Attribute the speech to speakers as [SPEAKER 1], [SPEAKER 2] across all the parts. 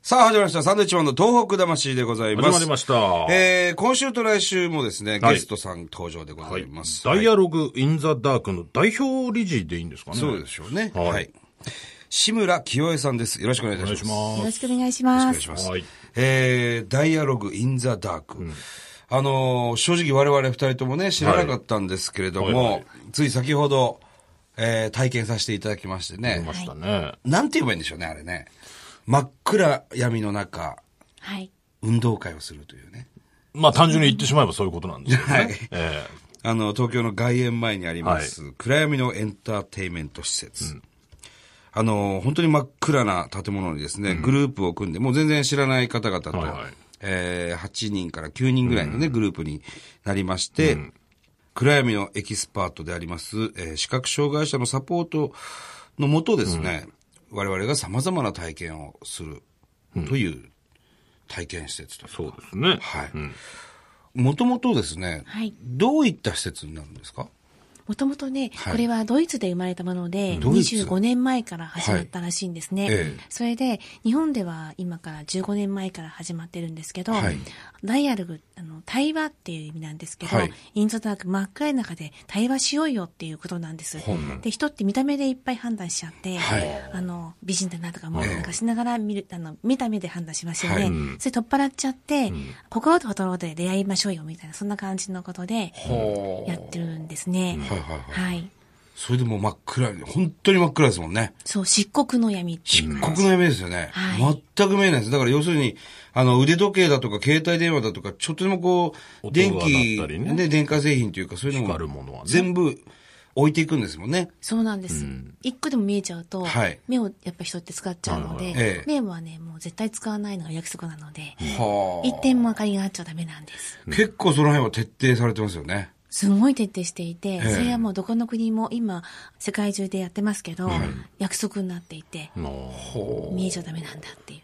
[SPEAKER 1] さあ、始まりました。サンドウィッチマンの東北魂でございます。
[SPEAKER 2] 始まりました
[SPEAKER 1] えー、今週と来週もですね、
[SPEAKER 2] はい
[SPEAKER 1] ゲストさん登場でございます。
[SPEAKER 2] ダイアログ・イン・ザ・ダークの代表理事でいいんですかね。
[SPEAKER 1] そうでしょうね。は。
[SPEAKER 2] はいい
[SPEAKER 1] 志村清江さんです。よろしくお願いい
[SPEAKER 2] お
[SPEAKER 1] た
[SPEAKER 2] 願い
[SPEAKER 1] し
[SPEAKER 2] し
[SPEAKER 1] ます。
[SPEAKER 2] ま
[SPEAKER 3] よろ
[SPEAKER 2] す。
[SPEAKER 3] しくお願いしま
[SPEAKER 1] お願いし
[SPEAKER 3] す。
[SPEAKER 1] ます。
[SPEAKER 2] はい
[SPEAKER 1] えー、ダイアログ・イン・ザ・ダーク。あのー正直我々二人ともね、知らなかったんですけれども、
[SPEAKER 2] はいはいはい
[SPEAKER 1] つい先ほど、えー、体験させていただきましてね
[SPEAKER 2] 出、ましたね。
[SPEAKER 1] なんて言えばいいんでしょうね、あれね。真っ暗闇の中、
[SPEAKER 3] はい。
[SPEAKER 1] 運動会をするというね。
[SPEAKER 2] まあ単純に言ってしまえばそういうことなんですけどね。
[SPEAKER 1] はい
[SPEAKER 2] え
[SPEAKER 1] あの、東京の外苑前にあります、暗闇のエンターテイメント施設。あの、本当に真っ暗な建物にですね、グループを組んで、もう全然知らない方々と、
[SPEAKER 2] はいはい
[SPEAKER 1] えー8人から9人ぐらいのね、グループになりまして、暗闇のエキスパートであります、えー視覚障害者のサポートのもとですね、我々が様々な体験をするという体験施設と。
[SPEAKER 2] えそうですね。
[SPEAKER 1] はい。もともとですね、
[SPEAKER 3] はい
[SPEAKER 1] どういった施設になるんですか
[SPEAKER 3] もともとね、
[SPEAKER 1] はい
[SPEAKER 3] これはドイツで生まれたもので、
[SPEAKER 1] ドイツ
[SPEAKER 3] 25年前から始まったらしいんですね。
[SPEAKER 1] はいええ
[SPEAKER 3] それで、日本では今から15年前から始まってるんですけど、
[SPEAKER 1] はい
[SPEAKER 3] ダイアログ、あの、対話っていう意味なんですけど、
[SPEAKER 1] はい
[SPEAKER 3] インゾダーク真っ暗い中で対話しようよっていうことなんです
[SPEAKER 1] ほう。
[SPEAKER 3] で、人って見た目でいっぱい判断しちゃって、
[SPEAKER 1] はい
[SPEAKER 3] あの、美人だなとか、もうなんかしながら見る、あの、見た目で判断しますよ
[SPEAKER 1] は
[SPEAKER 3] ね。
[SPEAKER 1] い
[SPEAKER 3] それ取っ払っちゃって、心と心で出会いましょうよみたいな、そんな感じのことで、
[SPEAKER 1] は
[SPEAKER 3] やってるんですね。
[SPEAKER 1] はいはいはい
[SPEAKER 3] はい。
[SPEAKER 1] それでもう真っ暗い、本当に真っ暗ですもんね。
[SPEAKER 3] そう、漆黒の闇ってい
[SPEAKER 1] 漆
[SPEAKER 3] う
[SPEAKER 1] 黒の闇ですよね。
[SPEAKER 3] はい
[SPEAKER 1] 全く見えないです。だから要するに、あの、腕時計だとか、携帯電話だとか、ちょっとでもこう、
[SPEAKER 2] 音が
[SPEAKER 1] 電
[SPEAKER 2] 鳴っ
[SPEAKER 1] 気、
[SPEAKER 2] たりね
[SPEAKER 1] ね、電化製品というか、そういうのも、
[SPEAKER 2] 光るものはね
[SPEAKER 1] 全部置いていくんですもんね。
[SPEAKER 3] そうなんです。一個でも見えちゃうと、
[SPEAKER 1] はい
[SPEAKER 3] 目をやっぱ人って使っちゃうので、
[SPEAKER 2] はい
[SPEAKER 1] はいええ
[SPEAKER 3] 目はね、もう絶対使わないのが約束なので、
[SPEAKER 1] はあ
[SPEAKER 3] 一点も明かりがあっちゃダメなんです。
[SPEAKER 1] 結構その辺は徹底されてますよね。
[SPEAKER 3] すごい徹底していて、
[SPEAKER 1] え
[SPEAKER 3] それはもうどこの国も今、世界中でやってますけど、約束になっていて、
[SPEAKER 2] の
[SPEAKER 3] 見えちゃダメなんだっていう。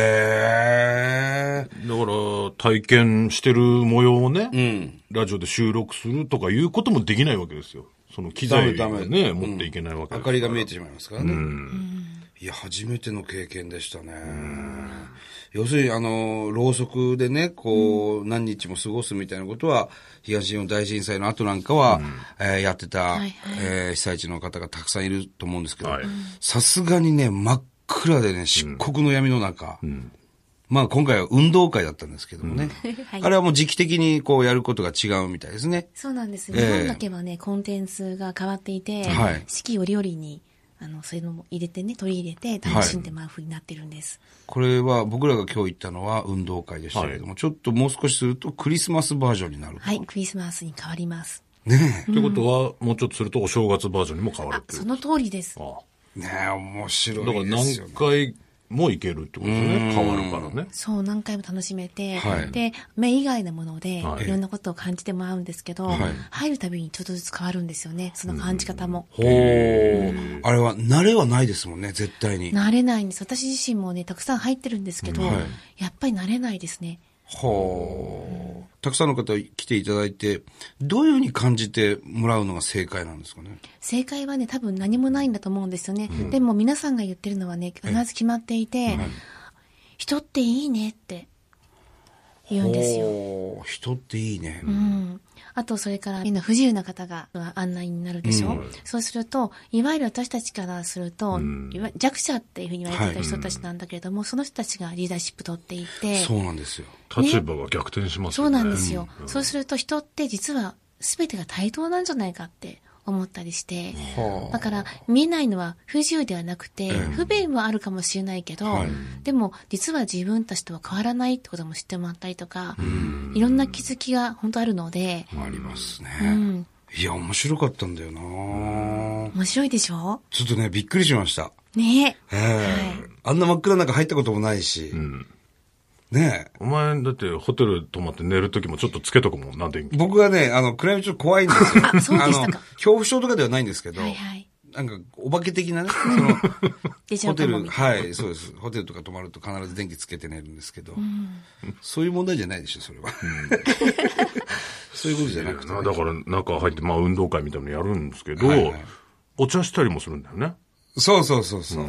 [SPEAKER 1] へえ。
[SPEAKER 2] だから、体験してる模様をね、
[SPEAKER 1] ん
[SPEAKER 2] ラジオで収録するとかいうこともできないわけですよ。その機材
[SPEAKER 1] ダメ
[SPEAKER 2] を
[SPEAKER 1] ダメ
[SPEAKER 2] ね、持っていけないわけ
[SPEAKER 1] 明
[SPEAKER 2] です
[SPEAKER 1] か
[SPEAKER 2] から
[SPEAKER 1] りが見えてしまいますからね。いや、初めての経験でしたね。要するに、あの、ろうそくでね、こう、何日も過ごすみたいなことは、東日本大震災の後なんかは、えーやってた、
[SPEAKER 3] はいはい
[SPEAKER 1] えー被災地の方がたくさんいると思うんですけど
[SPEAKER 2] はい、
[SPEAKER 1] さすがにね、真っ暗でね、漆黒の闇の中、まあ今回は運動会だったんですけどもね、
[SPEAKER 3] はい
[SPEAKER 1] あれはもう時期的にこうやることが違うみたいですね。
[SPEAKER 3] そうなんです。
[SPEAKER 1] え
[SPEAKER 3] 日
[SPEAKER 1] え
[SPEAKER 3] 本だけはね、コンテンツが変わっていて、
[SPEAKER 1] はい
[SPEAKER 3] 四季折々に、あの、そういうのも入れてね、取り入れて、楽しんでまう風になってるんです。
[SPEAKER 1] これは僕らが今日行ったのは運動会でしたけれども、ちょっともう少しするとクリスマスバージョンになる。
[SPEAKER 3] はい、クリスマスに変わります。
[SPEAKER 1] ね
[SPEAKER 2] ということは、もうちょっとするとお正月バージョンにも変わる
[SPEAKER 3] あ
[SPEAKER 2] っ、ていう。
[SPEAKER 3] その通りです。
[SPEAKER 2] ああ
[SPEAKER 1] え。ねえ、面白
[SPEAKER 2] だから
[SPEAKER 1] いですよ
[SPEAKER 2] 何
[SPEAKER 1] ね。
[SPEAKER 2] 回もいけるってことですね。変わるからね。
[SPEAKER 3] そう、何回も楽しめて、
[SPEAKER 1] はい
[SPEAKER 3] で、目以外のもので、
[SPEAKER 2] はい
[SPEAKER 3] いろんなことを感じてもらうんですけど、
[SPEAKER 1] はい
[SPEAKER 3] 入るたびにちょっとずつ変わるんですよね、その感じ方も。
[SPEAKER 1] ほう。あれは慣れはないですもんね、絶対に。
[SPEAKER 3] 慣れないんです。私自身もね、たくさん入ってるんですけど、
[SPEAKER 1] はい
[SPEAKER 3] やっぱり慣れないですね。
[SPEAKER 1] ほう。たくさんの方来ていただいて、どういうふうに感じてもらうのが正解なんですかね。
[SPEAKER 3] 正解はね、多分何もないんだと思うんですよね。でも皆さんが言ってるのはね、必ず決まっていて、人っていいねって言うんですよ。
[SPEAKER 1] ほう。人っていいね。
[SPEAKER 3] うん。あと、それから、みんな不自由な方が案内になるでしょ、そうすると、いわゆる私たちからすると、いわ弱者っていうふうに言われてた人たちなんだけれども、その人たちがリーダーシップ取っていて、
[SPEAKER 1] そうなんですよ。
[SPEAKER 2] 立場が逆転します
[SPEAKER 3] そ
[SPEAKER 2] よ
[SPEAKER 3] う
[SPEAKER 2] ね。
[SPEAKER 3] なんですよ。そうすると人って実は全てが対等なんじゃないかって思ったりして、だから見えないのは不自由ではなくて、不便はあるかもしれないけど、でも実は自分たちとは変わらないってことも知ってもらったりとか、いろんな気づきが本当あるので、
[SPEAKER 1] ありますね。
[SPEAKER 3] うん、
[SPEAKER 1] いや、面白かったんだよな
[SPEAKER 3] 面白いでしょ
[SPEAKER 1] ちょっとね、びっくりしました。
[SPEAKER 3] ね
[SPEAKER 1] ええあんな真っ暗な中入ったこともないし。ねえ。
[SPEAKER 2] お前、だってホテル泊まって寝るときもちょっとつけとくもんな、電気。
[SPEAKER 1] 僕はね、あの、暗闇ちょっと怖いんですよ。
[SPEAKER 3] あそうでしたか
[SPEAKER 1] の、恐怖症とかではないんですけど、
[SPEAKER 3] はいはい。
[SPEAKER 1] なんか、お化け的 なね、その、
[SPEAKER 3] 出ち
[SPEAKER 1] ホ
[SPEAKER 3] ゃうか
[SPEAKER 1] テ
[SPEAKER 3] も
[SPEAKER 1] ル、
[SPEAKER 3] みたいな。
[SPEAKER 1] はい、そうです。ホテルとか泊まると必ず電気つけて寝るんですけど、そういう問題じゃないでしょ、それは。 そういうことじゃなくて。
[SPEAKER 2] だから中入って、まあ運動会みたいなのやるんですけど、
[SPEAKER 1] はいはい
[SPEAKER 2] お茶したりもするんだよね。
[SPEAKER 1] そうそうそうそう。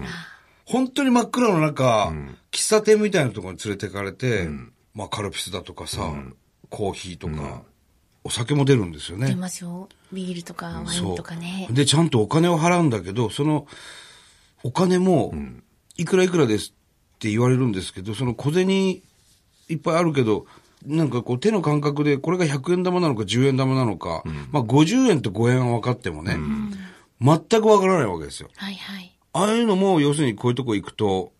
[SPEAKER 1] 本当に真っ暗の中、喫茶店みたいなところに連れてかれて、まあカルピスだとかさ、コーヒーとか、お酒も出るんですよね。
[SPEAKER 3] 出ますよ。ビールとかワインとかね。
[SPEAKER 1] で、ちゃんとお金を払うんだけど、その、お金も、いくらいくらですって言われるんですけど、その小銭いっぱいあるけど、なんかこう手の感覚で、これが100円玉なのか10円玉なのか、まあ50円と5円は分かってもね、全く分からないわけですよ。
[SPEAKER 3] はいはい。
[SPEAKER 1] ああいうのも、要するにこういうとこ行くと、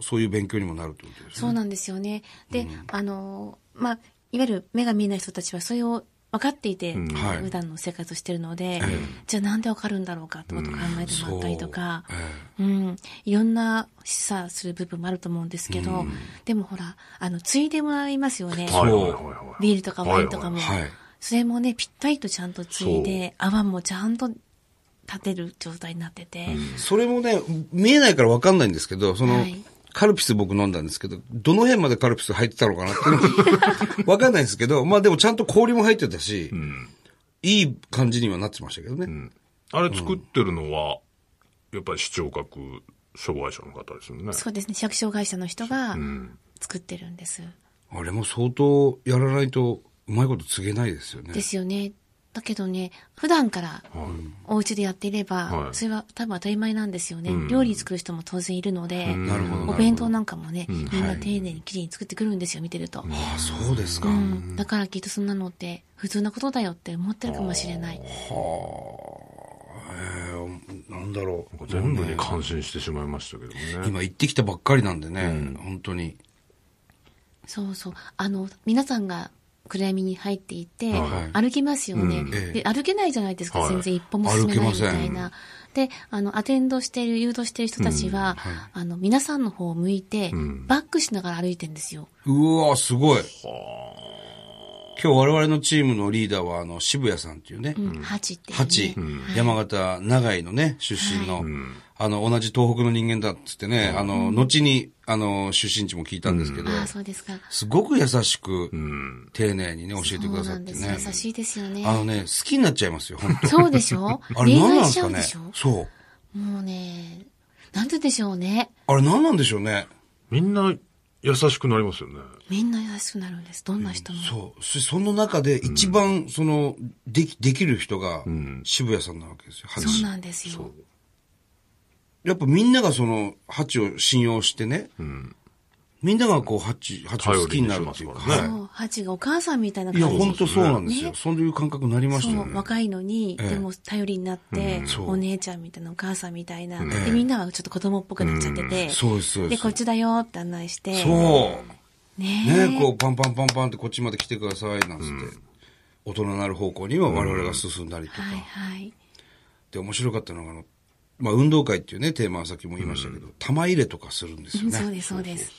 [SPEAKER 1] そういう勉強にもなるってことです
[SPEAKER 3] そうなんですよね。で、あのー、まあ、いわゆる目が見えない人たちはそれを分かっていて、
[SPEAKER 1] はい
[SPEAKER 3] 普段の生活をしてるので、じゃあなんで分かるんだろうかってことを考えてもらったりとか、うん、いろんな示唆する部分もあると思うんですけど、でもほら、あの、ついでもらいますよね。
[SPEAKER 2] はいはいはい
[SPEAKER 3] ビールとかワインとかも。
[SPEAKER 1] はいはいはい
[SPEAKER 3] それもね、ぴったりとちゃんとついで、泡もちゃんと立てる状態になってて、
[SPEAKER 1] それもね、見えないから分かんないんですけど、その、
[SPEAKER 3] はい
[SPEAKER 1] カルピス僕飲んだんですけど、どの辺までカルピス入ってたのかなっていうの 分かんないんですけど、まあでもちゃんと氷も入ってたし、いい感じにはなってましたけどね。
[SPEAKER 2] あれ作ってるのは、やっぱり視聴覚障害者の方ですよね。
[SPEAKER 3] そうですね、視覚障害者の人が作ってるんです。
[SPEAKER 1] あれも相当やらないと、うまいこと告げないですよね
[SPEAKER 3] で。すよね。だけどね、普段からお家でやっていれば、
[SPEAKER 2] はい
[SPEAKER 3] それは多分当たり前なんですよね。料理作る人も当然いるので、
[SPEAKER 1] なるほどなるほど
[SPEAKER 3] お弁当なんかもね、みんな丁寧にきれいに作ってくるんですよ、見てると。
[SPEAKER 1] ああ、そうですか。
[SPEAKER 3] うんだからきっとそんなのって普通なことだよって思ってるかもしれない。
[SPEAKER 1] えーなんだろう。
[SPEAKER 2] 全部に感心してしまいましたけどもね。
[SPEAKER 1] 今行ってきたばっかりなんでね、本当に。
[SPEAKER 3] そうそう。あの、皆さんが暗闇に入っていて、
[SPEAKER 1] は
[SPEAKER 3] 歩きますよね、
[SPEAKER 1] ええ
[SPEAKER 3] で。歩けないじゃないですか、
[SPEAKER 2] はい
[SPEAKER 3] 全然一歩も進めないみた
[SPEAKER 1] 歩け
[SPEAKER 3] いな。で、あの、アテンドしている、誘導している人たちは、あの、皆さんの方を向いて、バックしながら歩いてんですよ。
[SPEAKER 1] うわすごい。今日我々のチームのリーダーは、あの、渋谷さんっていうね、
[SPEAKER 3] うん、ハチっていう、ね。
[SPEAKER 1] ハチ、山形、長井のね、出身の、あの、同じ東北の人間だっつってね、あの、後に、あの、出身地も聞いたんですけど、
[SPEAKER 3] ああ、そうですか。
[SPEAKER 1] すごく優しく、丁寧にね、教えてくださ
[SPEAKER 3] そうな
[SPEAKER 1] っ
[SPEAKER 3] ん
[SPEAKER 1] て
[SPEAKER 3] で
[SPEAKER 1] ね。
[SPEAKER 3] す。優しいですよ
[SPEAKER 1] あ
[SPEAKER 3] ね。
[SPEAKER 1] のね、好きになっちゃいますよ、本当
[SPEAKER 3] そうでしょ
[SPEAKER 1] あれ何
[SPEAKER 3] 恋
[SPEAKER 1] なん
[SPEAKER 3] 愛
[SPEAKER 1] で
[SPEAKER 3] しち
[SPEAKER 1] す
[SPEAKER 3] ゃ
[SPEAKER 1] か
[SPEAKER 3] うで
[SPEAKER 1] ね
[SPEAKER 3] しょ
[SPEAKER 1] そう。
[SPEAKER 3] もうね、なんででしょうね。
[SPEAKER 1] あれ何なんでしょうね。
[SPEAKER 2] みんな優しくなりますよね。
[SPEAKER 3] みんな優しくなるんです。どんな人も。
[SPEAKER 1] そう。そその中で一番、その、でき、できる人が、渋谷さんなわけですよ、ハチ
[SPEAKER 3] そうなんですよ。
[SPEAKER 1] やっぱみんながその、ハチを信用してね、みんながこう、ハチ、ハチを好きになるっていうか。
[SPEAKER 2] 頼りにしますから
[SPEAKER 1] は
[SPEAKER 2] ね
[SPEAKER 3] そう、ハチがお母さんみたいない
[SPEAKER 1] いや、
[SPEAKER 3] 感じ
[SPEAKER 1] 本当そうなんですよ。
[SPEAKER 3] ね
[SPEAKER 1] そういう感覚になりまし
[SPEAKER 3] そ
[SPEAKER 1] たよ
[SPEAKER 3] う、
[SPEAKER 1] ね。
[SPEAKER 3] 若いのに、
[SPEAKER 1] ええ
[SPEAKER 3] でも頼りになって、
[SPEAKER 1] そう
[SPEAKER 3] お姉ちゃんみたいな、お母さんみたいな、
[SPEAKER 1] ええ
[SPEAKER 3] で、みんなはちょっと子供っぽくなっちゃってて、
[SPEAKER 1] そうです、そうで
[SPEAKER 3] で、
[SPEAKER 1] す。
[SPEAKER 3] こっちだよって案内して、
[SPEAKER 1] そう。
[SPEAKER 3] ね
[SPEAKER 1] ねこう、パンパンパンパンってこっちまで来てください、なんつって。大人になる方向には我々が進んだりとか。
[SPEAKER 3] はいはい。
[SPEAKER 1] で、面白かったのが、あの、まあ、運動会っていうね、テーマはさっきも言いましたけど、玉入れとかするんです
[SPEAKER 3] う
[SPEAKER 1] よ
[SPEAKER 3] んそう
[SPEAKER 1] ね。
[SPEAKER 3] です、そうです。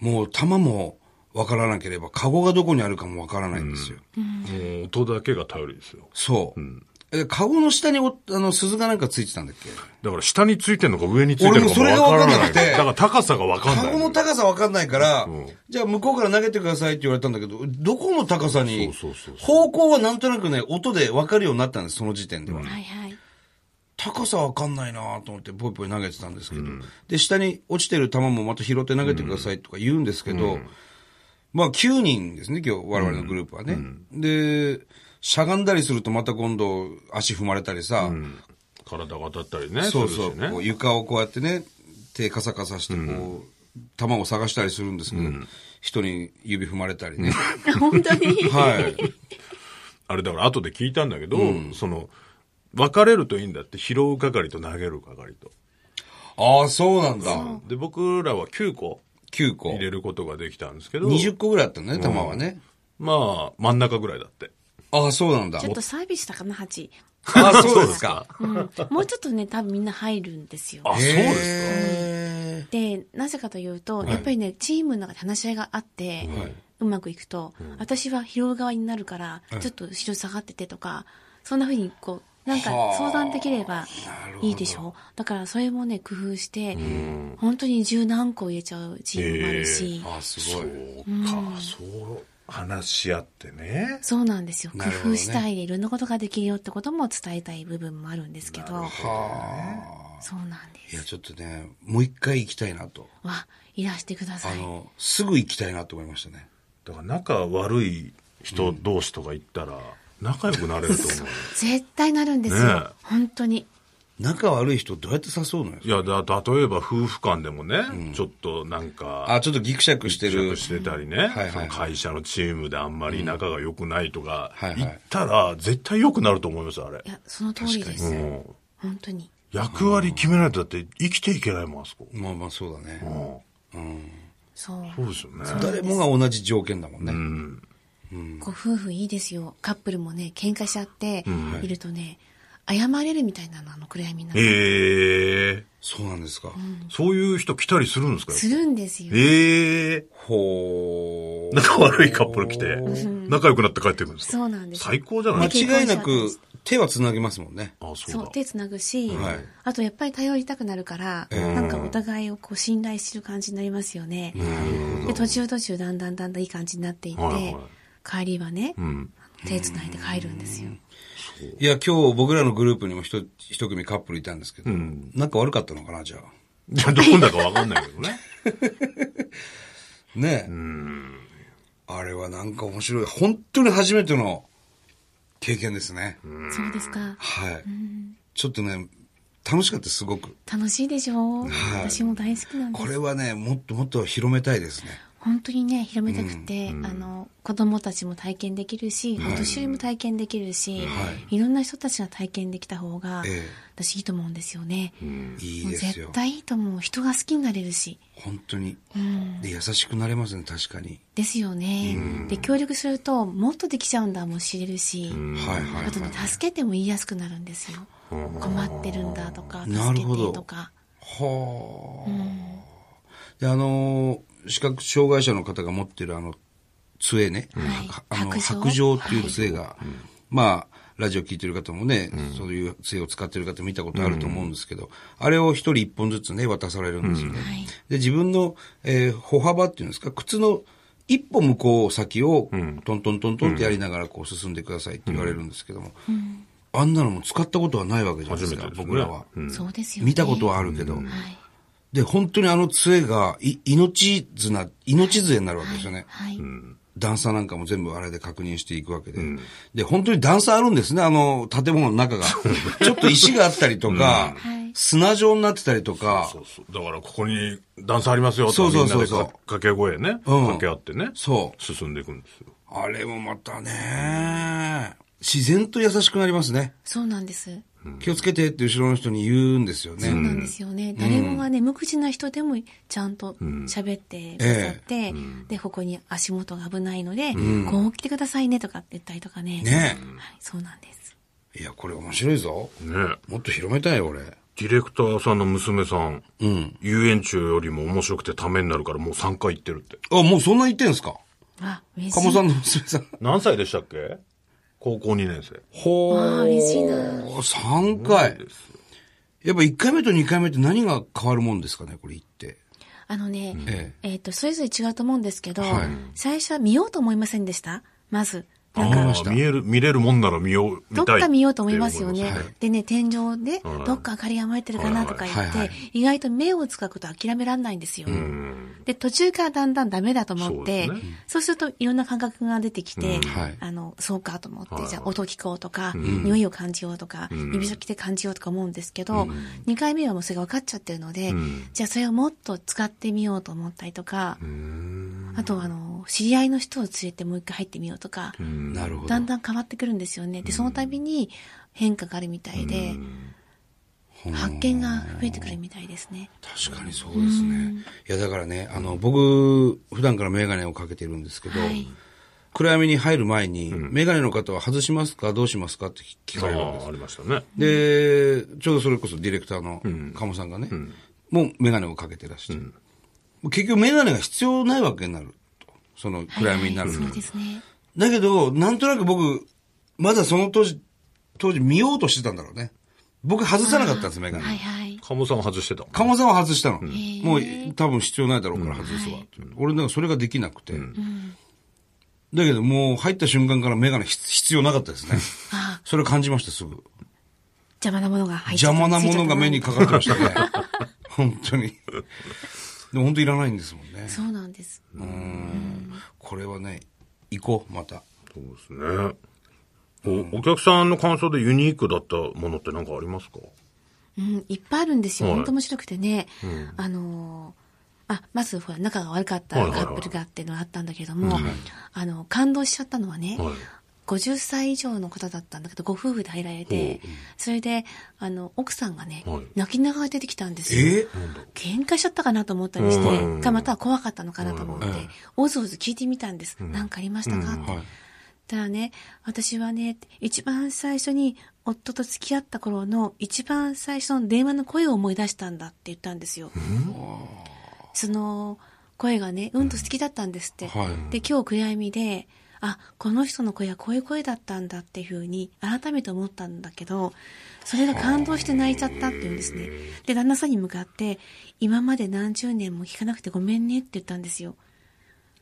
[SPEAKER 1] もう玉もわからなければ、カゴがどこにあるかもわからないんですよ。
[SPEAKER 2] もう音だけが頼りですよ。
[SPEAKER 1] そう。えカゴの下にお、あの、鈴がなんかついてたんだっけ
[SPEAKER 2] だから下についてんのか上についてんのかも
[SPEAKER 1] 俺もそれ
[SPEAKER 2] わ
[SPEAKER 1] がわか
[SPEAKER 2] か
[SPEAKER 1] んな
[SPEAKER 2] らな
[SPEAKER 1] く
[SPEAKER 2] い。
[SPEAKER 1] て
[SPEAKER 2] だから高さがわかん
[SPEAKER 1] カ
[SPEAKER 2] ない。
[SPEAKER 1] ゴの高さわかんないから、
[SPEAKER 2] ん
[SPEAKER 1] じゃあ向こうから投げてくださいって言われたんだけど、どこの高さに
[SPEAKER 2] そうそうそう、
[SPEAKER 1] 方向はなんとなくね、音でわかるようになったんです、その時点では。
[SPEAKER 3] はいはい。
[SPEAKER 1] 高さわかんないなと思ってぽいぽい投げてたんですけど、で、下に落ちてる球もまた拾って投げてくださいとか言うんですけど、まあ9人ですね、今日我々のグループはね。で、しゃがんだりするとまた今度足踏まれたりさ、
[SPEAKER 2] 体が当たったりね。
[SPEAKER 1] そうそう、
[SPEAKER 2] するし
[SPEAKER 1] こう
[SPEAKER 2] ね。
[SPEAKER 1] 床をこうやってね、手カサカサしてこう、球を探したりするんですけど、人に指踏まれたりね。
[SPEAKER 3] 本当に。
[SPEAKER 1] はい。
[SPEAKER 2] あれだから後で聞いたんだけど、その、分かれるといいんだって拾う係と投げる係と。
[SPEAKER 1] ああ、そうなんだ。
[SPEAKER 2] で、僕らは9個
[SPEAKER 1] 9個
[SPEAKER 2] 入。れることができたんですけど、
[SPEAKER 1] 20個ぐらいあったんだね、球はね。
[SPEAKER 2] まあ、真ん中ぐらいだって。
[SPEAKER 1] ああ、そうなんだ
[SPEAKER 3] ちょ。っとサービスしたかな、ハチ。
[SPEAKER 1] ああ、そうです か。
[SPEAKER 3] うん。もうちょっとね、多分みんな入るんですよ。
[SPEAKER 2] あ、そうです
[SPEAKER 1] へ
[SPEAKER 2] か。
[SPEAKER 3] で、なぜかというと、やっぱりね、チームの中で話し合いがあって、うまくいくと、私は拾う側になるから、ちょっと後ろ下がっててとか、そんな風にこう、なんか
[SPEAKER 1] はあ
[SPEAKER 3] 相談できればいいでしょだからそれもね、工夫して、本当に十何個入れちゃうチームもあるし、
[SPEAKER 1] ーあ、すごい。
[SPEAKER 2] そうか、そう、話し合ってね。
[SPEAKER 3] そうなんですよ。工
[SPEAKER 1] なるほどね
[SPEAKER 3] 夫次第でいろんなことができるよってことも伝えたい部分もあるんですけど、そうなんで
[SPEAKER 1] い
[SPEAKER 3] す。
[SPEAKER 1] や、ちょっとね、もう一回行きたいなと。
[SPEAKER 3] わ、いらしてくだ
[SPEAKER 1] あ
[SPEAKER 3] さい。
[SPEAKER 1] の、すぐ行きたいなと思いましたね。
[SPEAKER 2] だから仲悪い人同士とか行ったら、仲良くなれると思う。
[SPEAKER 3] 絶対なるんですよ。
[SPEAKER 2] ねえ
[SPEAKER 3] 本当に。
[SPEAKER 1] 仲悪い人どうやって誘うのよ
[SPEAKER 2] い。や、だ、例えば夫婦間でもね、ちょっとなんか、
[SPEAKER 1] あ、ちょっとギクシャクして
[SPEAKER 2] ちょっ
[SPEAKER 1] る
[SPEAKER 2] と。してたりね、
[SPEAKER 1] はい
[SPEAKER 2] その会社のチームであんまり仲が良くないとか、
[SPEAKER 1] うんはいはい
[SPEAKER 2] 行ったら絶対良くなると思います、あれ
[SPEAKER 3] い。や、その通りです。
[SPEAKER 2] うん
[SPEAKER 3] 本当に。
[SPEAKER 2] 役割決めないとだって生きていけないもん、あそこ。
[SPEAKER 1] まあまあそうだね。
[SPEAKER 2] うん
[SPEAKER 3] そう。
[SPEAKER 2] そうですよね。
[SPEAKER 1] 誰もが同じ条件だもんね。
[SPEAKER 3] ご夫婦いいですよ。カップルもね、喧嘩しちゃって、いるとね、謝れるみたいなの、あの暗闇の中。
[SPEAKER 2] ええ
[SPEAKER 1] そうなんですか。
[SPEAKER 2] そういう人来たりするんですか
[SPEAKER 3] するんですよ。
[SPEAKER 2] ええ
[SPEAKER 1] ほー。
[SPEAKER 2] 仲悪いカップル来て、仲良くなって帰ってくるんですか
[SPEAKER 3] そうなんです。
[SPEAKER 2] 最高じゃないですか。
[SPEAKER 1] 間違いなく手は繋ぎますもんね。
[SPEAKER 2] あ、そ
[SPEAKER 3] そうう
[SPEAKER 2] だ。
[SPEAKER 3] 手つなぐし、
[SPEAKER 1] はい
[SPEAKER 3] あとやっぱり頼りたくなるから、なんかお互いをこう信頼してる感じになりますよね。で途中途中だんだんだんだんいい感じになっていって、
[SPEAKER 2] はいは
[SPEAKER 3] 帰りはね、
[SPEAKER 2] うん。
[SPEAKER 3] 手つないで帰るんですよ。
[SPEAKER 1] いや、今日僕らのグループにも一一組カップルいたんですけど、
[SPEAKER 2] ん
[SPEAKER 1] 仲悪かったのかな、じゃあ。
[SPEAKER 2] じゃあ、どこだかわかんないけどね。
[SPEAKER 1] ねえ。あれはなんか面白い。本当に初めての経験ですね。
[SPEAKER 3] そうですか。
[SPEAKER 1] はい。ちょっとね、楽しかったですすごく。
[SPEAKER 3] 楽しいでしょ、私も大好きなんで
[SPEAKER 1] こ
[SPEAKER 3] す。
[SPEAKER 1] れはね、もっともっと広めたいですね。
[SPEAKER 3] 本当にね、広めたくて、あの、子供たちも体験できるし、お年寄りも体験できるし、い、ろんな人たちが体験できた方が、
[SPEAKER 1] ええ
[SPEAKER 3] 私いいと思うんですよね。
[SPEAKER 1] いい
[SPEAKER 3] もう
[SPEAKER 1] ですよ
[SPEAKER 3] 絶。対いいと思う。人が好きになれるし。
[SPEAKER 1] 本当に、で。優しくなれますね、確かに。
[SPEAKER 3] ですよね。で、協力すると、もっとできちゃうんだも知れるし、
[SPEAKER 1] はいはい、
[SPEAKER 3] あとね、
[SPEAKER 1] は
[SPEAKER 3] 助けても言いやすくなるんですよ。困ってるんだとか、
[SPEAKER 1] なる
[SPEAKER 3] 助け
[SPEAKER 1] ほど
[SPEAKER 3] てとか。
[SPEAKER 1] あ、で、あのー視覚障害者の方が持ってるあの、杖ね。
[SPEAKER 3] はい
[SPEAKER 1] はあの、白
[SPEAKER 3] 白杖
[SPEAKER 1] 杖っていう杖が、まあ、ラジオ聞いてる方もね、そういう杖を使ってる方見たことあると思うんですけど、あれを一人一本ずつね、渡されるんですよね。
[SPEAKER 3] はい。
[SPEAKER 1] で、自分の、えー歩幅っていうんですか、靴の一歩向こう先を、トントントントンってやりながらこう進んでくださいって言われるんですけども、あんなのも使ったことはないわけじゃないですか、
[SPEAKER 2] 初めてですね
[SPEAKER 1] 僕らは、
[SPEAKER 3] そうですよね。
[SPEAKER 1] 見たことはあるけど、
[SPEAKER 3] はい。
[SPEAKER 1] で、本当にあの杖が、い、命綱、命杖になるわけですよね。
[SPEAKER 3] はい。
[SPEAKER 1] 段差なんかも全部あれで確認していくわけで。で、本当に段差あるんですね、あの、建物の中 が。ちょっと石があったりとか、
[SPEAKER 3] はい
[SPEAKER 1] 砂状になってたりとか、
[SPEAKER 2] そうそう。だから、ここに段差ありますよとか、
[SPEAKER 1] そうそうそうそう
[SPEAKER 2] みんなでか掛け声ね、
[SPEAKER 1] うん
[SPEAKER 2] 掛け合ってね、
[SPEAKER 1] そう。
[SPEAKER 2] 進んでいくんですよ。
[SPEAKER 1] あれもまたね、自然と優しくなりますね。
[SPEAKER 3] そうなんです。
[SPEAKER 1] 気をつけてって後ろの人に言うんですよね。
[SPEAKER 3] そうなんですよね。誰もがね、無口な人でもちゃんと喋ってくださって、で、ここに足元が危ないので、こう来てくださいねとかって言ったりとかね。
[SPEAKER 1] ね
[SPEAKER 3] はい、そうなんです。
[SPEAKER 1] え。いや、これ面白いぞ。
[SPEAKER 2] ね
[SPEAKER 1] もっと広めたいよ、俺。
[SPEAKER 2] ディレクターさんの娘さん、
[SPEAKER 1] うん。
[SPEAKER 2] 遊園地よりも面白くてためになるからもう3回行ってるって。
[SPEAKER 1] あ、もうそんな言ってんすか
[SPEAKER 3] あ、嬉しい。
[SPEAKER 1] 鴨さんの娘さん。
[SPEAKER 2] 何歳でしたっけ高校2年生。
[SPEAKER 1] ほ
[SPEAKER 3] わあ嬉しいな。
[SPEAKER 1] 3回
[SPEAKER 2] で。す
[SPEAKER 1] やっぱ1回目と2回目って何が変わるもんですかね、これ言って。
[SPEAKER 3] あのね、
[SPEAKER 1] え
[SPEAKER 3] えっ、と、それぞれ違うと思うんですけど、
[SPEAKER 1] はい
[SPEAKER 3] 最初は見ようと思いませんでしたまず。なん
[SPEAKER 1] わかり
[SPEAKER 3] か、
[SPEAKER 1] ました
[SPEAKER 2] あー見える、見れるもんなら見よう、
[SPEAKER 3] どっ
[SPEAKER 2] 見たい。
[SPEAKER 3] か見ようと思いますよね。
[SPEAKER 2] はい
[SPEAKER 3] でね、天井で、
[SPEAKER 2] ん
[SPEAKER 3] どっか明かりが燃えてるかなとか言って、
[SPEAKER 1] はいはいはいはい
[SPEAKER 3] 意外と目を使うこと諦められないんですよ。
[SPEAKER 2] うん
[SPEAKER 3] で、途中からだんだんダメだと思って、
[SPEAKER 2] そ
[SPEAKER 3] そうう,、
[SPEAKER 2] ですね
[SPEAKER 3] するといろんな感覚が出てき
[SPEAKER 2] う
[SPEAKER 3] て、
[SPEAKER 2] ん
[SPEAKER 1] はい
[SPEAKER 3] あの、そうかと思って、
[SPEAKER 2] はい
[SPEAKER 3] じゃあ音聞こうとか、匂いを感じようとか、指先で感じようとか思うんですけど、2回目はもうそれが分かっちゃってるので、
[SPEAKER 2] ん
[SPEAKER 3] じゃあそれをもっと使ってみようと思ったりとか、あとあの、知り合いの人を連れてもう一回入ってみようとか、
[SPEAKER 1] なるほど
[SPEAKER 3] だん。だん変わってくるんですよね。で、その度に変化があるみたいで、発見が増えてくるみたいですね。
[SPEAKER 1] 確かにそうですね。いや、だからね、あの、僕、普段からメガネをかけてるんですけど、
[SPEAKER 3] はい。
[SPEAKER 1] 暗闇に入る前に、メガネの方は外しますかどうしますかって聞
[SPEAKER 2] あ
[SPEAKER 1] かれるんですよ
[SPEAKER 2] ーありましたね。
[SPEAKER 1] で、ちょうどそれこそディレクターの鴨さんがね、もうメガネをかけてらして、結局メガネが必要ないわけになると。その暗闇になる
[SPEAKER 3] は
[SPEAKER 1] と、
[SPEAKER 3] いはいそうですね。
[SPEAKER 1] だけど、なんとなく僕、まだその当時、当時見ようとしてたんだろうね。僕外さなかったんです、メガネ。
[SPEAKER 3] はいはい。
[SPEAKER 2] 鴨さんは外してたもん。
[SPEAKER 1] 鴨さんは外したの。
[SPEAKER 3] へ
[SPEAKER 1] もう多分必要ないだろうから外すわ。俺なんかそれができなくて。だけどもう入った瞬間からメガネ必必要なかったですね。
[SPEAKER 3] あ
[SPEAKER 1] それ感じました、すぐ。
[SPEAKER 3] 邪魔なものが入っちゃ
[SPEAKER 1] 邪
[SPEAKER 3] った
[SPEAKER 1] 魔なものが目に
[SPEAKER 3] ついち
[SPEAKER 1] か
[SPEAKER 3] ゃっ
[SPEAKER 1] かってましたね。 本当に。でも本当いらないんですもんね
[SPEAKER 3] た。そうなんです。
[SPEAKER 1] うん。これはね、行こう、また。
[SPEAKER 2] そうですね。おお客さんの感想でユニークだったものって何かありますか
[SPEAKER 3] うん、いっぱいあるんですよ。
[SPEAKER 2] はい
[SPEAKER 3] 本当面白くてね。あのーあ、まずほら、仲が悪かった
[SPEAKER 2] はい
[SPEAKER 3] カ
[SPEAKER 2] はいはい
[SPEAKER 3] ップルがっていうのがあったんだけども、あの、感動しちゃったのはね、
[SPEAKER 2] はい
[SPEAKER 3] 50歳以上の方だったんだけど、ご夫婦で入られて、それで、あの、奥さんがね、
[SPEAKER 2] はい
[SPEAKER 3] 泣きながら出てきたんですよ。
[SPEAKER 1] え
[SPEAKER 3] 喧嘩しちゃったかなと思ったりし
[SPEAKER 2] うん
[SPEAKER 3] て、かまたは怖かったのかなと思って
[SPEAKER 1] うんうん、
[SPEAKER 3] おずおず聞いてみたんです。なんかありましたかって。
[SPEAKER 1] はい。
[SPEAKER 3] たらね、私はね、一番最初に夫と付き合った頃の一番最初の電話の声を思い出したんだって言ったんですよ。その声がね、うんと好きだったんですって。
[SPEAKER 1] はい
[SPEAKER 3] で、今日暗闇で、あ、この人の声はこういう声だったんだっていうふうに改めて思ったんだけど、それが感動して泣いちゃったっていうんですね。で、旦那さんに向かって、今まで何十年も聞かなくてごめんねって言ったんですよ。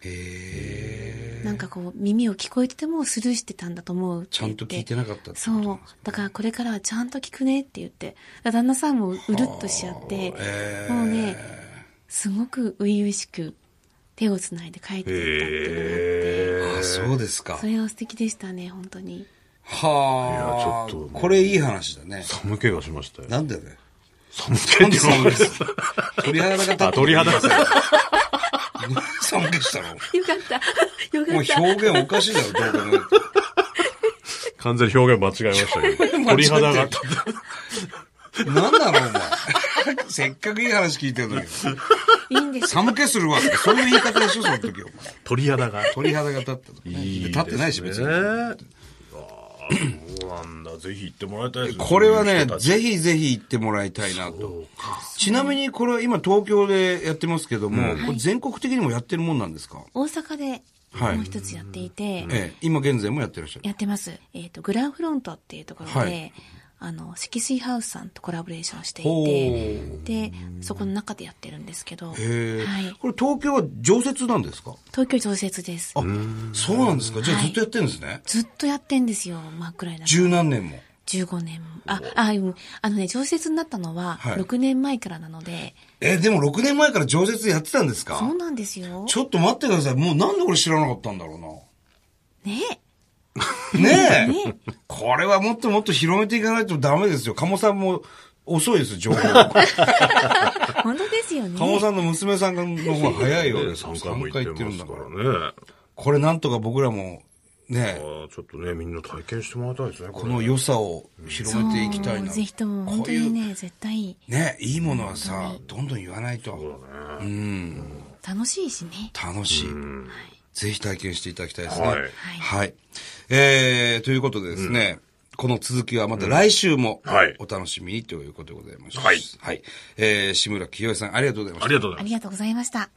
[SPEAKER 1] え
[SPEAKER 3] なんかこう耳を聞こえててもスルーしてたんだと思うって
[SPEAKER 1] ちゃ
[SPEAKER 3] 言っ
[SPEAKER 1] ん
[SPEAKER 3] て
[SPEAKER 1] と聞いてなかったってこと
[SPEAKER 3] そ
[SPEAKER 1] なんですね
[SPEAKER 3] うだからこれからはちゃんと聞くねって言ってだ旦那さんもうるっとしちゃって、
[SPEAKER 1] え
[SPEAKER 3] もうねすごく初々しく手をつないで帰っていったっていうのがあ
[SPEAKER 1] ー。
[SPEAKER 3] って、
[SPEAKER 1] あ、そうですか
[SPEAKER 3] そ。れは素敵でしたね本当に
[SPEAKER 1] はい
[SPEAKER 2] や
[SPEAKER 1] あ。
[SPEAKER 2] ちょっと
[SPEAKER 1] これいい話だね。
[SPEAKER 2] 寒気がしましたよ。
[SPEAKER 1] なんだよね。
[SPEAKER 2] 寒
[SPEAKER 1] な
[SPEAKER 2] 気
[SPEAKER 1] んで
[SPEAKER 2] に
[SPEAKER 1] 寒いです。鳥肌が立った。
[SPEAKER 2] あ、鳥肌ですよ。
[SPEAKER 1] 寒気したの
[SPEAKER 3] よかった よ
[SPEAKER 1] も
[SPEAKER 3] かっ
[SPEAKER 1] う
[SPEAKER 3] た
[SPEAKER 1] 表現おかしいだろ、どう考えても
[SPEAKER 2] 完全に表現間違えましたけ
[SPEAKER 1] 間
[SPEAKER 2] ど。
[SPEAKER 1] 違え
[SPEAKER 2] 鳥
[SPEAKER 1] てる
[SPEAKER 2] 肌が立っ
[SPEAKER 1] なんだろう、お前。せっかくいい話聞いてるのに。
[SPEAKER 3] いいんです
[SPEAKER 1] 寒気するわって。そういう言い方でしょ、その時、お前。
[SPEAKER 2] 鳥肌が。
[SPEAKER 1] 鳥肌が立ったとかね、立ってないし、別
[SPEAKER 2] ね
[SPEAKER 1] に。
[SPEAKER 2] あーそうなんだ。ぜひ行ってもらいたいです
[SPEAKER 1] これはね、
[SPEAKER 2] ひ。
[SPEAKER 1] ぜひぜひ行ってもらいたいなと。ちなみにこれは今東京でやってますけども、これ全国的にもやってるもんなんですか、
[SPEAKER 3] 大阪で
[SPEAKER 1] はい
[SPEAKER 3] もう一つやっていて、
[SPEAKER 1] ええ、今現在もやってらっしゃる。
[SPEAKER 3] やってます。えっ、と、グランフロントっていうところで、
[SPEAKER 1] はい
[SPEAKER 3] あの、積水ハウスさんとコラボレーションして
[SPEAKER 1] ほ
[SPEAKER 3] いうて、で、そこの中でやってるんですけど、は
[SPEAKER 1] へえ、
[SPEAKER 3] い。
[SPEAKER 1] これ東京は常設なんですか
[SPEAKER 3] 東京常設です
[SPEAKER 1] あ。、そうなんですかじゃあずっとやってるんですね。
[SPEAKER 3] ずっとやってんですよ、真っ暗い中。
[SPEAKER 1] 十何年も。
[SPEAKER 3] 15年。あ、あ、うんあのね、常設になったのは、
[SPEAKER 1] はい
[SPEAKER 3] 6年前からなので、
[SPEAKER 1] え、でも6年前から常設でやってたんですか
[SPEAKER 3] そうなんですよ。
[SPEAKER 1] ちょっと待ってください。もうなんで俺知らなかったんだろう
[SPEAKER 3] ね
[SPEAKER 1] な。ねえ。
[SPEAKER 3] ね
[SPEAKER 1] これはもっともっと広めていかないとダメですよ。鴨さんも遅いですよ、情報。
[SPEAKER 3] 本当ですよ
[SPEAKER 1] 鴨
[SPEAKER 3] ね。
[SPEAKER 1] さんの娘さんの方が早いようです。
[SPEAKER 2] 3回も行ってますからね。
[SPEAKER 1] これなんとか僕らも
[SPEAKER 2] あ
[SPEAKER 1] ね、
[SPEAKER 2] ーちょっとね、みんな体験してもらいたいですね。
[SPEAKER 1] こ
[SPEAKER 2] こ
[SPEAKER 1] の
[SPEAKER 2] れ
[SPEAKER 1] 良さを広めていきたいな。
[SPEAKER 3] ぜひとも、本
[SPEAKER 1] こ
[SPEAKER 3] 当
[SPEAKER 1] うい
[SPEAKER 3] に
[SPEAKER 1] う、
[SPEAKER 3] ね、絶対
[SPEAKER 1] ね、いいものはさ、どんどん言わないと。うん。
[SPEAKER 3] 楽しいしね。
[SPEAKER 1] 楽しい。ぜひ体験していただきたいですね。
[SPEAKER 2] はい
[SPEAKER 1] はい。えー、ということでですね、この続きはまた来週も
[SPEAKER 2] はい
[SPEAKER 1] お楽しみにということでございました。
[SPEAKER 2] はい
[SPEAKER 1] はい。えー、志村清江さんありがとうございました
[SPEAKER 2] あり。がとうございます
[SPEAKER 3] ありがとうございました。